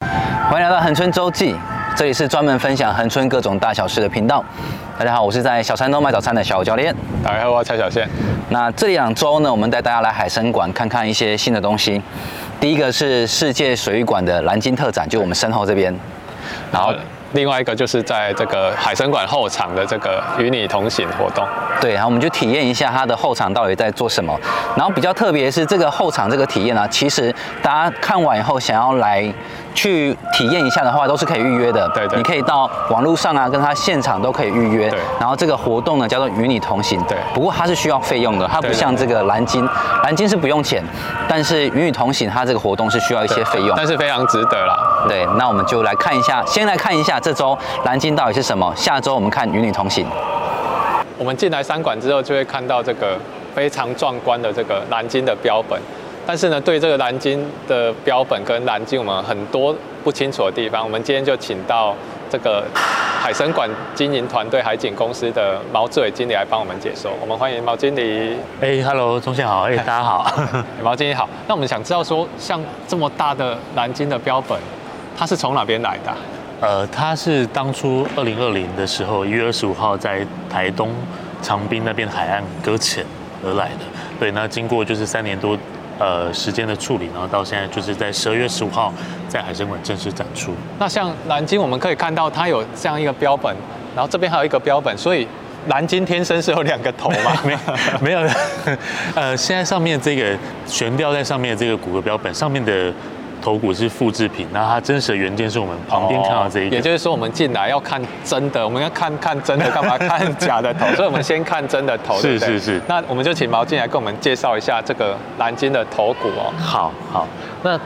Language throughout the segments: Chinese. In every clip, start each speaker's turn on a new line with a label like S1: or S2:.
S1: 欢迎来到恒春周记，这里是专门分享恒春各种大小事的频道。大家好，我是在小山东卖早餐的小教练。
S2: 大家好，我蔡小宪。
S1: 那这两周呢，我们带大家来海参馆看看一些新的东西。第一个是世界水域馆的蓝鲸特展，就我们身后这边。然
S2: 然
S1: 后
S2: 后另外一个就是在这个海参馆后场的这个与你同行活动，
S1: 对，然后我们就体验一下它的后场到底在做什么。然后比较特别的是这个后场这个体验呢、啊其实大家看完以后想要来去体验一下的话，都是可以预约的。
S2: 对对
S1: 你可以到网络上啊，跟他现场都可以预约。
S2: 对
S1: 然后这个活动呢叫做与你同行。
S2: 对
S1: 不过它是需要费用的，它不
S2: 对对
S1: 像这个蓝鲸，蓝鲸是不用钱，但是与你同行它这个活动是需要一些费用。
S2: 但是非常值得啦。
S1: 对，那我们就来看一下，先来看一下这周蓝鲸到底是什么。下周我们看与你同行。
S2: 我们进来三馆之后，就会看到这个非常壮观的这个蓝鲸的标本。但是呢，对这个蓝鲸的标本跟蓝鲸，我们很多不清楚的地方，我们今天就请到这个海参馆经营团队海景公司的毛志伟经理来帮我们解说。我们欢迎毛经理。
S3: 哎、h e l l o 钟宪好，哎、大家好。
S2: 毛经理好，那我们想知道说，像这么大的蓝鲸的标本，它是从哪边来的啊、
S3: 呃，他是当初二零二零的时候，一月二十五号在台东长滨那边海岸搁浅而来的。对，那经过就是三年多呃时间的处理，然后到现在就是在十二月十五号在海参馆正式展出。
S2: 那像蓝鲸，我们可以看到它有这样一个标本，然后这边还有一个标本，所以蓝鲸天生是有两个头 嘛？哦
S3: 没没有，呃，现在上面这个悬吊在上面的这个骨骼标本上面的头骨是复制品，那它真实的原件是我们旁
S2: 哦
S3: 边看到这一
S2: 也
S3: 个。
S2: 就是说我们进来要看真的，我们要看看真的干嘛？看假 的头，所以我们先看真的头，对不
S3: 是
S2: 对
S3: 是是
S2: 那我们就请毛进来跟我们介绍一下这个蓝鲸的头骨哦。
S3: 好好，那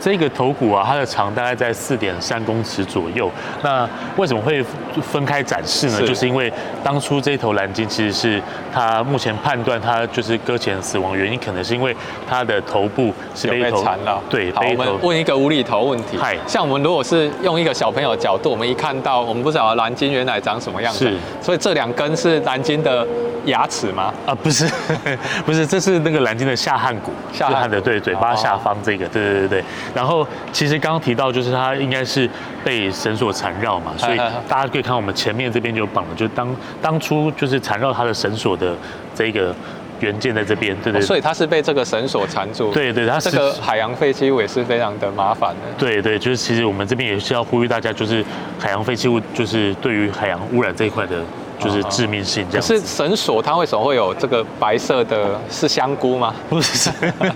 S3: 这个头骨啊，它的长大概在四点三公尺左右。那为什么会分开展示呢？
S2: 是
S3: 就是因为当初这头蓝鲸其实是它目前判断它就是搁浅死亡原因，可能是因为它的头部是
S2: 有被
S3: 头
S2: 缠绕。
S3: 对，
S2: 好，
S3: 被
S2: 我
S3: 头
S2: 们问一个无厘头问题。
S3: 嗨
S2: 像我们如果是用一个小朋友的角度，我们一看到我们不晓得蓝鲸原来长什么样子，
S3: 是
S2: 所以这两根是蓝鲸的牙齿吗？
S3: 啊，不是， 不是，这是那个蓝鲸的下颌骨，
S2: 下颌
S3: 就是它
S2: 骨
S3: 的对嘴巴
S2: 哦
S3: 下方这个，对对对对。然后其实刚刚提到，就是它应该是被绳索缠绕嘛，所以大家可以看我们前面这边就有绑了，就当当初就是缠绕它的绳索的这个元件在这边，对对
S2: 哦所
S3: 对。
S2: 以它是被这个绳索缠住。
S3: 对对它
S2: 这
S3: 是
S2: 个海洋废弃物也是非常的麻烦的。
S3: 对对，就是其实我们这边也是要呼吁大家，就是海洋废弃物，就是对于海洋污染这一块的，
S2: 啊
S3: 就是致命性这
S2: 可
S3: 样子。
S2: 是绳索它为什么会有这个白色的？是香菇吗？
S3: 不是，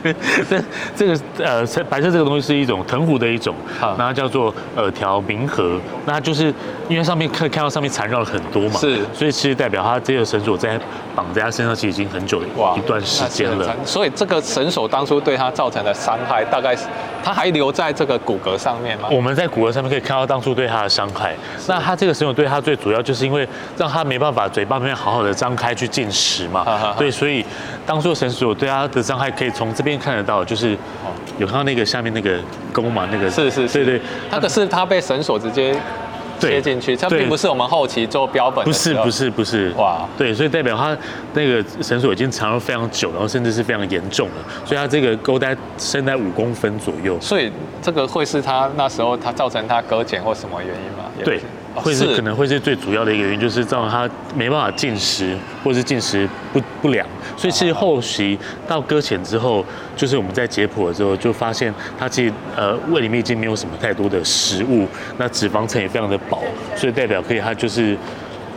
S3: 这这个呃，这白色这个东西是一种藤壶的一种，
S2: 好
S3: 那它叫做耳条冥盒，那它就是因为上面看看到上面缠绕了很多嘛，
S2: 是
S3: 所以其实代表它这个绳索在绑在它身上，其实已经很久的一段时间
S2: 那是
S3: 了
S2: 很。惨所以这个绳索当初对它造成的伤害，大概是它还留在这个骨骼上面吗？
S3: 我们在骨骼上面可以看到当初对它的伤害。那它这个绳索对它最主要就是因为让它没办法嘴巴没有好好的张开去进食
S2: 哈哈
S3: 嘛
S2: 哈，
S3: 对，所以当初的绳索对它的伤害可以从这边看得到，就是有看到那个下面那个弓嘛，那个
S2: 是是是
S3: 对对，
S2: 那个是它被绳索直接
S3: 对
S2: 切进去，它
S3: 对
S2: 并不是我们后期做标本
S3: 不
S2: 的
S3: 是
S2: 时候
S3: 不，是不是，
S2: 哇
S3: 哇，对，所以代表它那个绳索已经缠绕非常久，然后甚至是非常严重了，所以它这个钩带伸在五公分左右，
S2: 所以这个会是它那时候它造成它搁浅或什么原因吗？也不
S3: 对，
S2: 哦
S3: 会是可能会是最主要的一个原因，就是造成它没办法进食，或者是进食不不良，所以其实后期到搁浅之后，就是我们在解剖的时候就发现它其实呃胃里面已经没有什么太多的食物，那脂肪层也非常的薄，所以代表可以它就是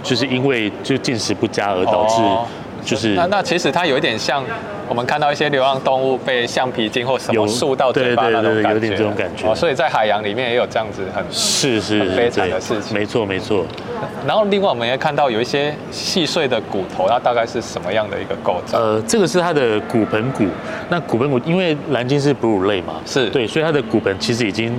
S3: 就是因为就进食不佳而导致。
S2: 哦
S3: 就是
S2: 那那其实它有一点像我们看到一些流浪动物被橡皮筋或什么
S3: 有
S2: 束到嘴巴
S3: 对
S2: 那
S3: 对
S2: 种
S3: 对对
S2: 感觉，
S3: 有点这种感觉
S2: 哦，所以在海洋里面也有这样子很。
S3: 是是
S2: 很
S3: 是
S2: 悲惨的
S3: 对
S2: 事情
S3: 没错没错。
S2: 然后另外我们也看到有一些细碎的骨头，它大概是什么样的一个构造？
S3: 呃，这个是它的骨盆骨，那骨盆骨因为蓝鲸是哺乳类嘛，
S2: 是
S3: 对，所以它的骨盆其实已经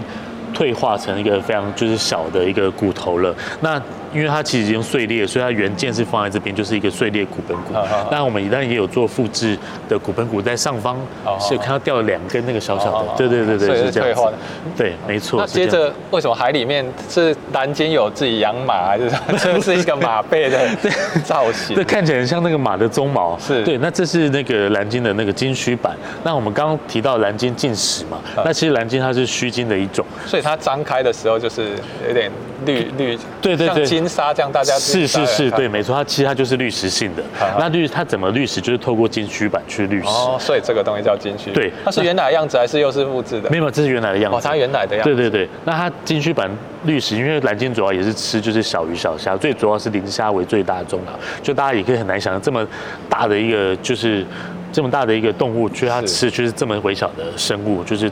S3: 退化成一个非常就是小的一个骨头了。那因为它其实已经碎裂，所以它原件是放在这边，就是一个碎裂骨盆骨
S2: 好好好。
S3: 但我们一旦也有做复制的骨盆骨在上方
S2: 好好，
S3: 是有看到掉了两根那个小
S2: 好
S3: 小
S2: 好
S3: 的
S2: 好，
S3: 对对对
S2: 啊所以
S3: 对，
S2: 是
S3: 是这
S2: 退
S3: 样子
S2: 化的。
S3: 对，没错。
S2: 那
S3: 是
S2: 接
S3: 这样
S2: 着为什么海里面是南京有自己养马，还是什么 这是一个马背的造型
S3: 这？看起来很像那个马的鬃毛，
S2: 是
S3: 对。那这是那个蓝鲸的那个金须版。那我们刚刚提到蓝鲸进食嘛，
S2: 啊
S3: 那其实蓝鲸它是须鲸的一种，
S2: 所以它张开的时候就是有点绿绿，
S3: 对对对
S2: 像金沙这样，大家
S3: 是是是，对，
S2: 哦
S3: 没错，它其实它就是滤食性的
S2: 好好。
S3: 那滤它怎么滤食，就是透过金须板去滤食。
S2: 啊哦，所以这个东西叫金须。
S3: 对
S2: 它是原来的样子还是又是复制的
S3: 没？有，这是原来的样子。
S2: 哦它原来的样子
S3: 对对对，那它金须板滤食，因为蓝鲸主要也是吃就是小鱼小虾，最主要是磷虾为最大宗啊。就大家也可以很难想象这么大的一个就是这么大的一个动物，却它
S2: 是
S3: 吃却是这么微小的生物，就是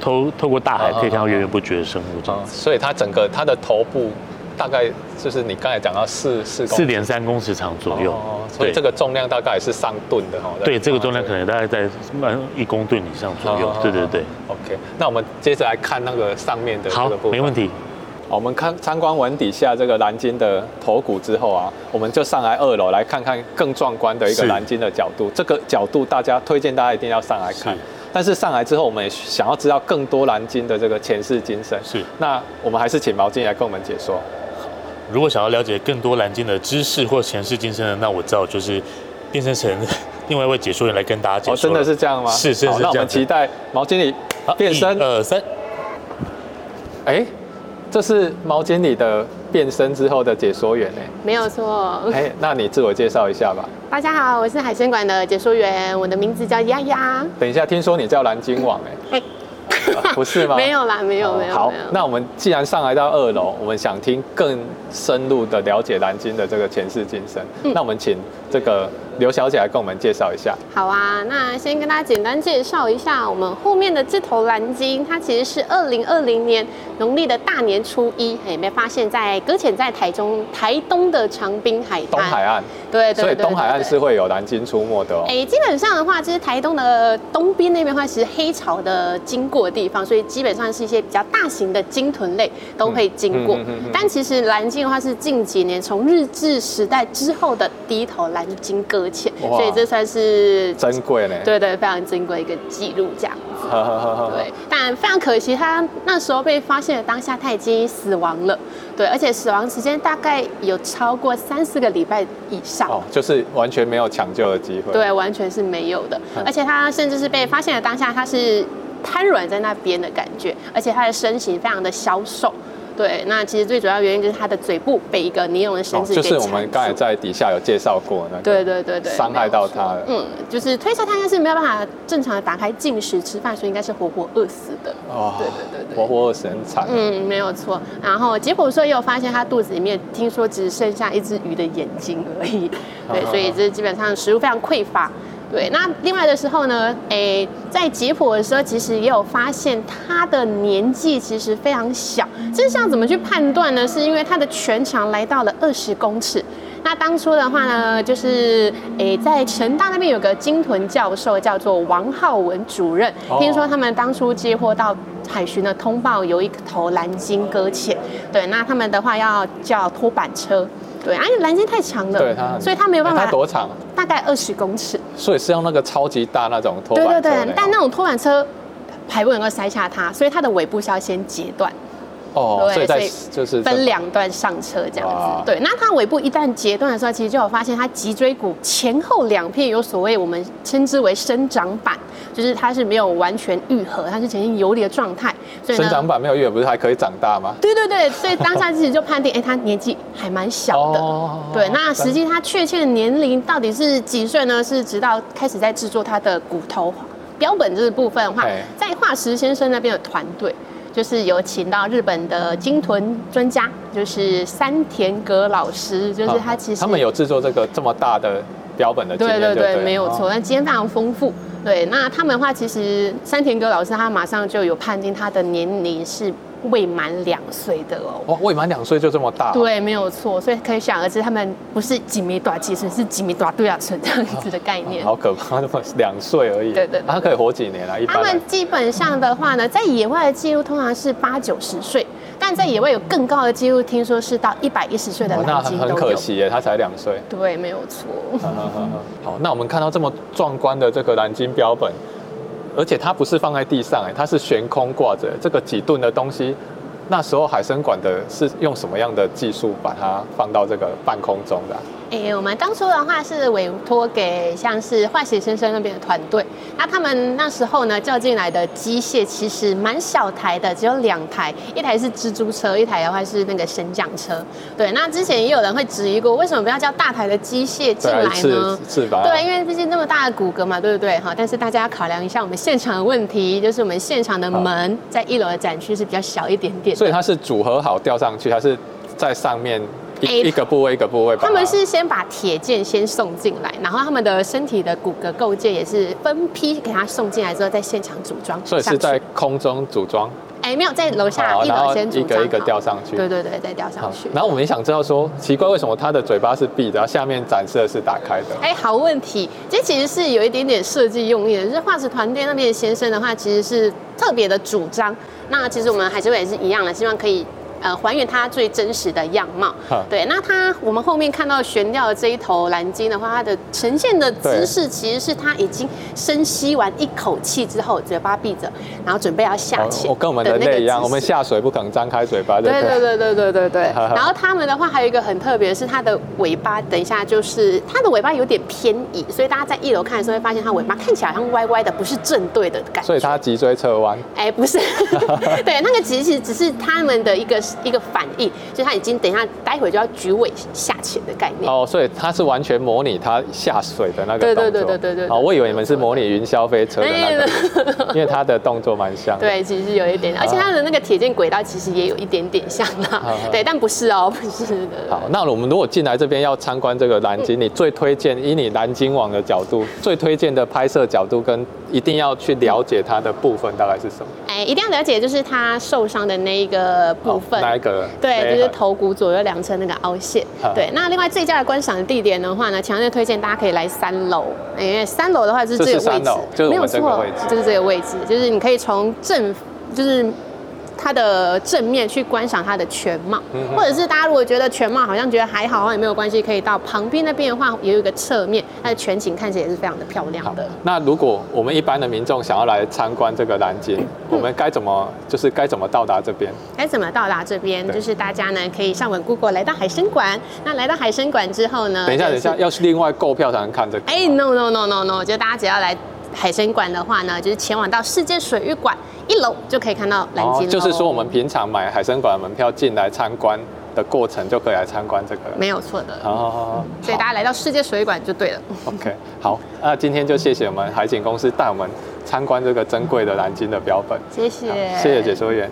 S3: 透透过大海可以看到源源不绝的生物这样
S2: 哦
S3: 子。
S2: 所以它整个它的头部大概就是你刚才讲到四四公
S3: 四点三公尺长左右，
S2: 哦，所以
S3: 对
S2: 这个哦重量大概也是上吨的哈。
S3: 对这个重量可能大概在嗯一公吨以上左
S2: 哦
S3: 右。对对对，。
S2: OK，那我们接着来看那个上面的这
S3: 好
S2: 个部，分。
S3: 没问题。
S2: 好我们看参观完底下这个蓝鲸的头骨之后啊，我们就上来二楼来看看更壮观的一个
S3: 是
S2: 蓝鲸的角度。这个角度大家推荐大家一定要上来看
S3: 是。
S2: 但是上来之后，我们也想要知道更多蓝鲸的这个前世今生。
S3: 是
S2: 那我们还是请毛巾来跟我们解说。
S3: 如果想要了解更多蓝鲸的知识或前世今生的，那我知道就是变身成另外一位解说员来跟大家解
S2: 哦，
S3: 说
S2: 真
S3: 了、
S2: 的是这样吗？
S3: 是是
S2: 好
S3: 是
S2: 那我
S3: 这
S2: 们
S3: 样子啊
S2: 期待毛经理
S3: 好
S2: 变身
S3: 一。二三，呃
S2: 哎、这是毛经理的变身之后的解说员呢。
S4: 没有错。
S2: 哎、那你自我介绍一下吧。
S4: 大家好，我是海参馆的解说员，我的名字叫丫丫。
S2: 等一下，听说你叫蓝鲸网哎、
S4: 哎，
S2: 啊不是吗？
S4: 没有啦，没有
S2: 哦
S4: 没有。
S2: 好
S4: 没有，
S2: 那我们既然上来到二楼，我们想听更深入的了解蓝鲸的这个前世今生。
S4: 嗯
S2: 那我们请这个刘小姐来跟我们介绍一下。
S4: 好啊，那先跟大家简单介绍一下，我们后面的这头蓝鲸，它其实是二零二零年农历的大年初一，嘿，被发现在搁浅在台中台东的长滨海滩。
S2: 东海岸，
S4: 对对哎对
S2: 所以东海岸
S4: 对对
S2: 是会有蓝鲸出没的哦。
S4: 哎、基本上的话，就是台东的东边那边的话，其实黑潮的经过的地方，所以基本上是一些比较大型的鲸豚类都会经过。
S2: 嗯嗯嗯嗯嗯
S4: 但其实蓝鲸的话，是近几年从日治时代之后的第一头蓝鲸搁浅，
S2: 哇
S4: 所以这算是
S2: 珍贵呢。
S4: 对对非常珍贵一个记录这样。
S2: 呵呵呵呵呵，
S4: 对，但非常可惜，他那时候被发现的当下，他已经死亡了。对，而且死亡时间大概有超过三四个礼拜以上。
S2: 哦，就是完全没有抢救的机会。哦
S4: 对，完全是没有的。
S2: 嗯
S4: 而且它甚至是被发现的当下，它是瘫软在那边的感觉，而且它的身形非常的消瘦。对，那其实最主要原因就是它的嘴部被一个尼龙的绳
S2: 哦，
S4: 子、
S2: 就
S4: 给
S2: 是我
S4: 缠
S2: 们刚才
S4: 住
S2: 在底下有介绍过那个，
S4: 对对对对，
S2: 伤害到它了
S4: 没有错嗯，就是推测它应该是没有办法正常的打开进食吃饭，所以应该是活活饿死的。
S2: 哦，
S4: 嗯对对对对
S2: 活活饿死很惨。
S4: 嗯，没有错。然后解剖说也有发现，它肚子里面听说只剩下一只鱼的眼睛而已。对，
S2: 嗯
S4: 所以这基本上食物非常匮乏。对，那另外的时候呢，诶，在解剖的时候，其实也有发现它的年纪其实非常小。这项怎么去判断呢？是因为它的全长来到了二十公尺。那当初的话呢，就是诶，在成大那边有个鲸豚教授叫做王浩文主任，
S2: 哦
S4: 听说他们当初接获到海巡的通报，有一头蓝鲸搁浅。对，那他们的话要叫拖板车。对，而且蓝鲸太长了，
S2: 对它很
S4: 嗯所以它没有办法。
S2: 它多长？
S4: 大概二十公尺。
S2: 所以是用那个超级大那种拖
S4: 对对
S2: 板车
S4: 对
S2: 呢，
S4: 但那种拖板车还不能够塞下它，所以它的尾部是要先截断。
S2: 哦，
S4: 对
S2: 所以在
S4: 所以
S2: 就是
S4: 分两段上车这样
S2: 哇
S4: 子。对，那它尾部一旦截断的时候，其实就有发现它脊椎骨前后两片有所谓我们称之为生长板，就是它是没有完全愈合，它是呈现游离的状态。所以
S2: 生长
S4: 呢，
S2: 板没有越不是还可以长大吗？
S4: 对对对，所以当下自己就判定，哎、它年纪还蛮小的。
S2: 哦
S4: 对，那实际它确切的年龄到底是几岁呢？是直到开始在制作它的骨头标本这部分的话
S2: 哎，
S4: 在化石先生那边有团队，就是有请到日本的鲸豚专家，就是山田阁老师，就是他其实、
S2: 哦他们有制作这个这么大的标本的经验
S4: 对
S2: 就
S4: 对
S2: 对
S4: 对
S2: 了，
S4: 没有错，
S2: 哦
S4: 那经验非常丰富。对，那他们的话，其实山田哥老师他马上就有判定他的年龄是未满两岁的哦。
S2: 哇，未满两岁就这么大、，哦
S4: 对，没有错，所以可以想而知，他们不是几米短几寸，是几米短对啊寸这样子的概念。
S2: 好可怕，那么两岁而已。
S4: 对对对
S2: 啊他可以活几年啊？一
S4: 他
S2: 般来
S4: 们基本上的话呢，在野外的记录通常是八九十岁，但在野外有更高的记录，听说是到一百一十岁的
S2: 哦那
S4: 蓝
S2: 很
S4: 鲸
S2: 很
S4: 都
S2: 可
S4: 有。
S2: 惜耶，他才两岁。嗯
S4: 对，没有错。
S2: 好，那我们看到这么壮观的这个蓝鲸标本，而且它不是放在地上，哎，它是悬空挂着这个几吨的东西。那时候海参馆的是用什么样的技术把它放到这个半空中的啊、
S4: 诶、我们当初的话是委托给像是坏血先生那边的团队，那他们那时候呢叫进来的机械其实蛮小台的，只有两台，一台是蜘蛛车，一台的话是那个升降车。对，那之前也有人会质疑过，为什么不要叫大台的机械进
S2: 对啊，
S4: 来
S2: 一
S4: 呢
S2: 次？翅膀。
S4: 对，因为毕竟那么大的骨骼嘛，对不对？哈，但是大家要考量一下我们现场的问题，就是我们现场的门在一楼的展区是比较小一点点的。
S2: 所以它是组合好吊上去，它是在上面
S4: 哎
S2: 一一个部位一个部位把它。
S4: 他们是先把铁件先送进来，然后他们的身体的骨骼构件也是分批给他送进来之后，在现场组装上去。
S2: 所以是在空中组装，
S4: 哎、没有在楼下
S2: 好
S4: 一
S2: 然
S4: 楼
S2: 后
S4: 先
S2: 一
S4: 组装
S2: 个
S4: 好，
S2: 一个吊上去。
S4: 对对对，再吊上
S2: 好
S4: 去。
S2: 然后我们也想知道说，奇怪为什么它的嘴巴是闭的，然后下面展示的是打开的？
S4: 哎，好问题，这其实是有一点点设计用意的。就是画质团队那边的先生的话，其实是特别的主张。那其实我们海之尾也是一样的，希望可以。呃，还原它最真实的样貌
S2: 哈。
S4: 对，那它我们后面看到悬吊的这一头蓝鲸的话，它的呈现的姿势其实是它已经深吸完一口气之后，嘴巴闭着，然后准备要下
S2: 哦
S4: 潜、
S2: 我跟我们人类一样，我们。下水不可能张开嘴巴，对不
S4: 对对
S2: 对？
S4: 对对对对对。
S2: 哈哈
S4: 然后他们的话还有一个很特别，是它的尾巴，等一下就是它的尾巴有点偏移，所以大家在一楼看的时候会发现它尾巴看起来好像歪歪的，不是正对的感觉。
S2: 所以它脊椎侧弯，
S4: 哎，不是， 对，那个其实只是他们的一个一个反应，就它已经等一下待会就要举尾下潜的概念。
S2: 哦，所以它是完全模拟它下水的那个
S4: 对
S2: 动
S4: 对
S2: 作。
S4: 对对对对对
S2: 哦，我以为你们是模拟云霄飞车的那个， 因为它的动作蛮像。。
S4: 哎 对，其实有一点，而且它的那个铁剑轨道其实也有一点点像啦
S2: 哈，
S4: 对，但不是哦，不是的。
S2: 好，那我们如果进来这边要参观这个蓝鲸，你最推荐以你蓝鲸网的角度，最推荐的拍摄角度跟一定要去了解它的部分大概是什么？
S4: 哎，一定要了解就是它受伤的那一个部分，
S2: 哪一个？哪
S4: 对，
S2: 一
S4: 就是
S2: 个
S4: 头骨左右两侧那个凹陷
S2: 啊。
S4: 对，那另外最佳的观赏地点的话呢，强烈推荐大家可以来三楼，因为三楼的话就是
S2: 这
S4: 这
S2: 是
S4: 个位
S2: 三
S4: 置
S2: 楼，就是我们
S4: 没有
S2: 这个
S4: 错
S2: 位置，
S4: 就是这个位置，就是你可以从正，就是。它的正面去观赏它的全貌，或者是大家如果觉得全貌好像觉得还好，也没有关系，可以到旁边那边的话，也有一个侧面，它的全景看起来也是非常的漂亮
S2: 好
S4: 的。
S2: 那如果我们一般的民众想要来参观这个蓝鲸，
S4: 嗯
S2: 我们该怎么就是该怎么到达这边？
S4: 该怎么到达这边？
S2: 对
S4: 就是大家呢可以上网 Google 来到海参馆。那来到海参馆之后呢？
S2: 等一下，
S4: 啊就
S2: 等一
S4: 是
S2: 下，要是另外购票才能看这个。
S4: 哎、n o no no no no，就大家只要来海参馆的话呢，就是前往到世界水域馆一楼就可以看到蓝
S2: 哦
S4: 鲸、，
S2: 就是说我们平常买海参馆的门票进来参观的过程，就可以来参观这个了。
S4: 没有错的，
S2: 哦，
S4: 所以大家来到世界水域馆就对了。
S2: 好 OK，好，那今天就谢谢我们海景公司带我们参观这个珍贵的蓝鲸的标本，
S4: 谢谢，
S2: 谢谢解说员。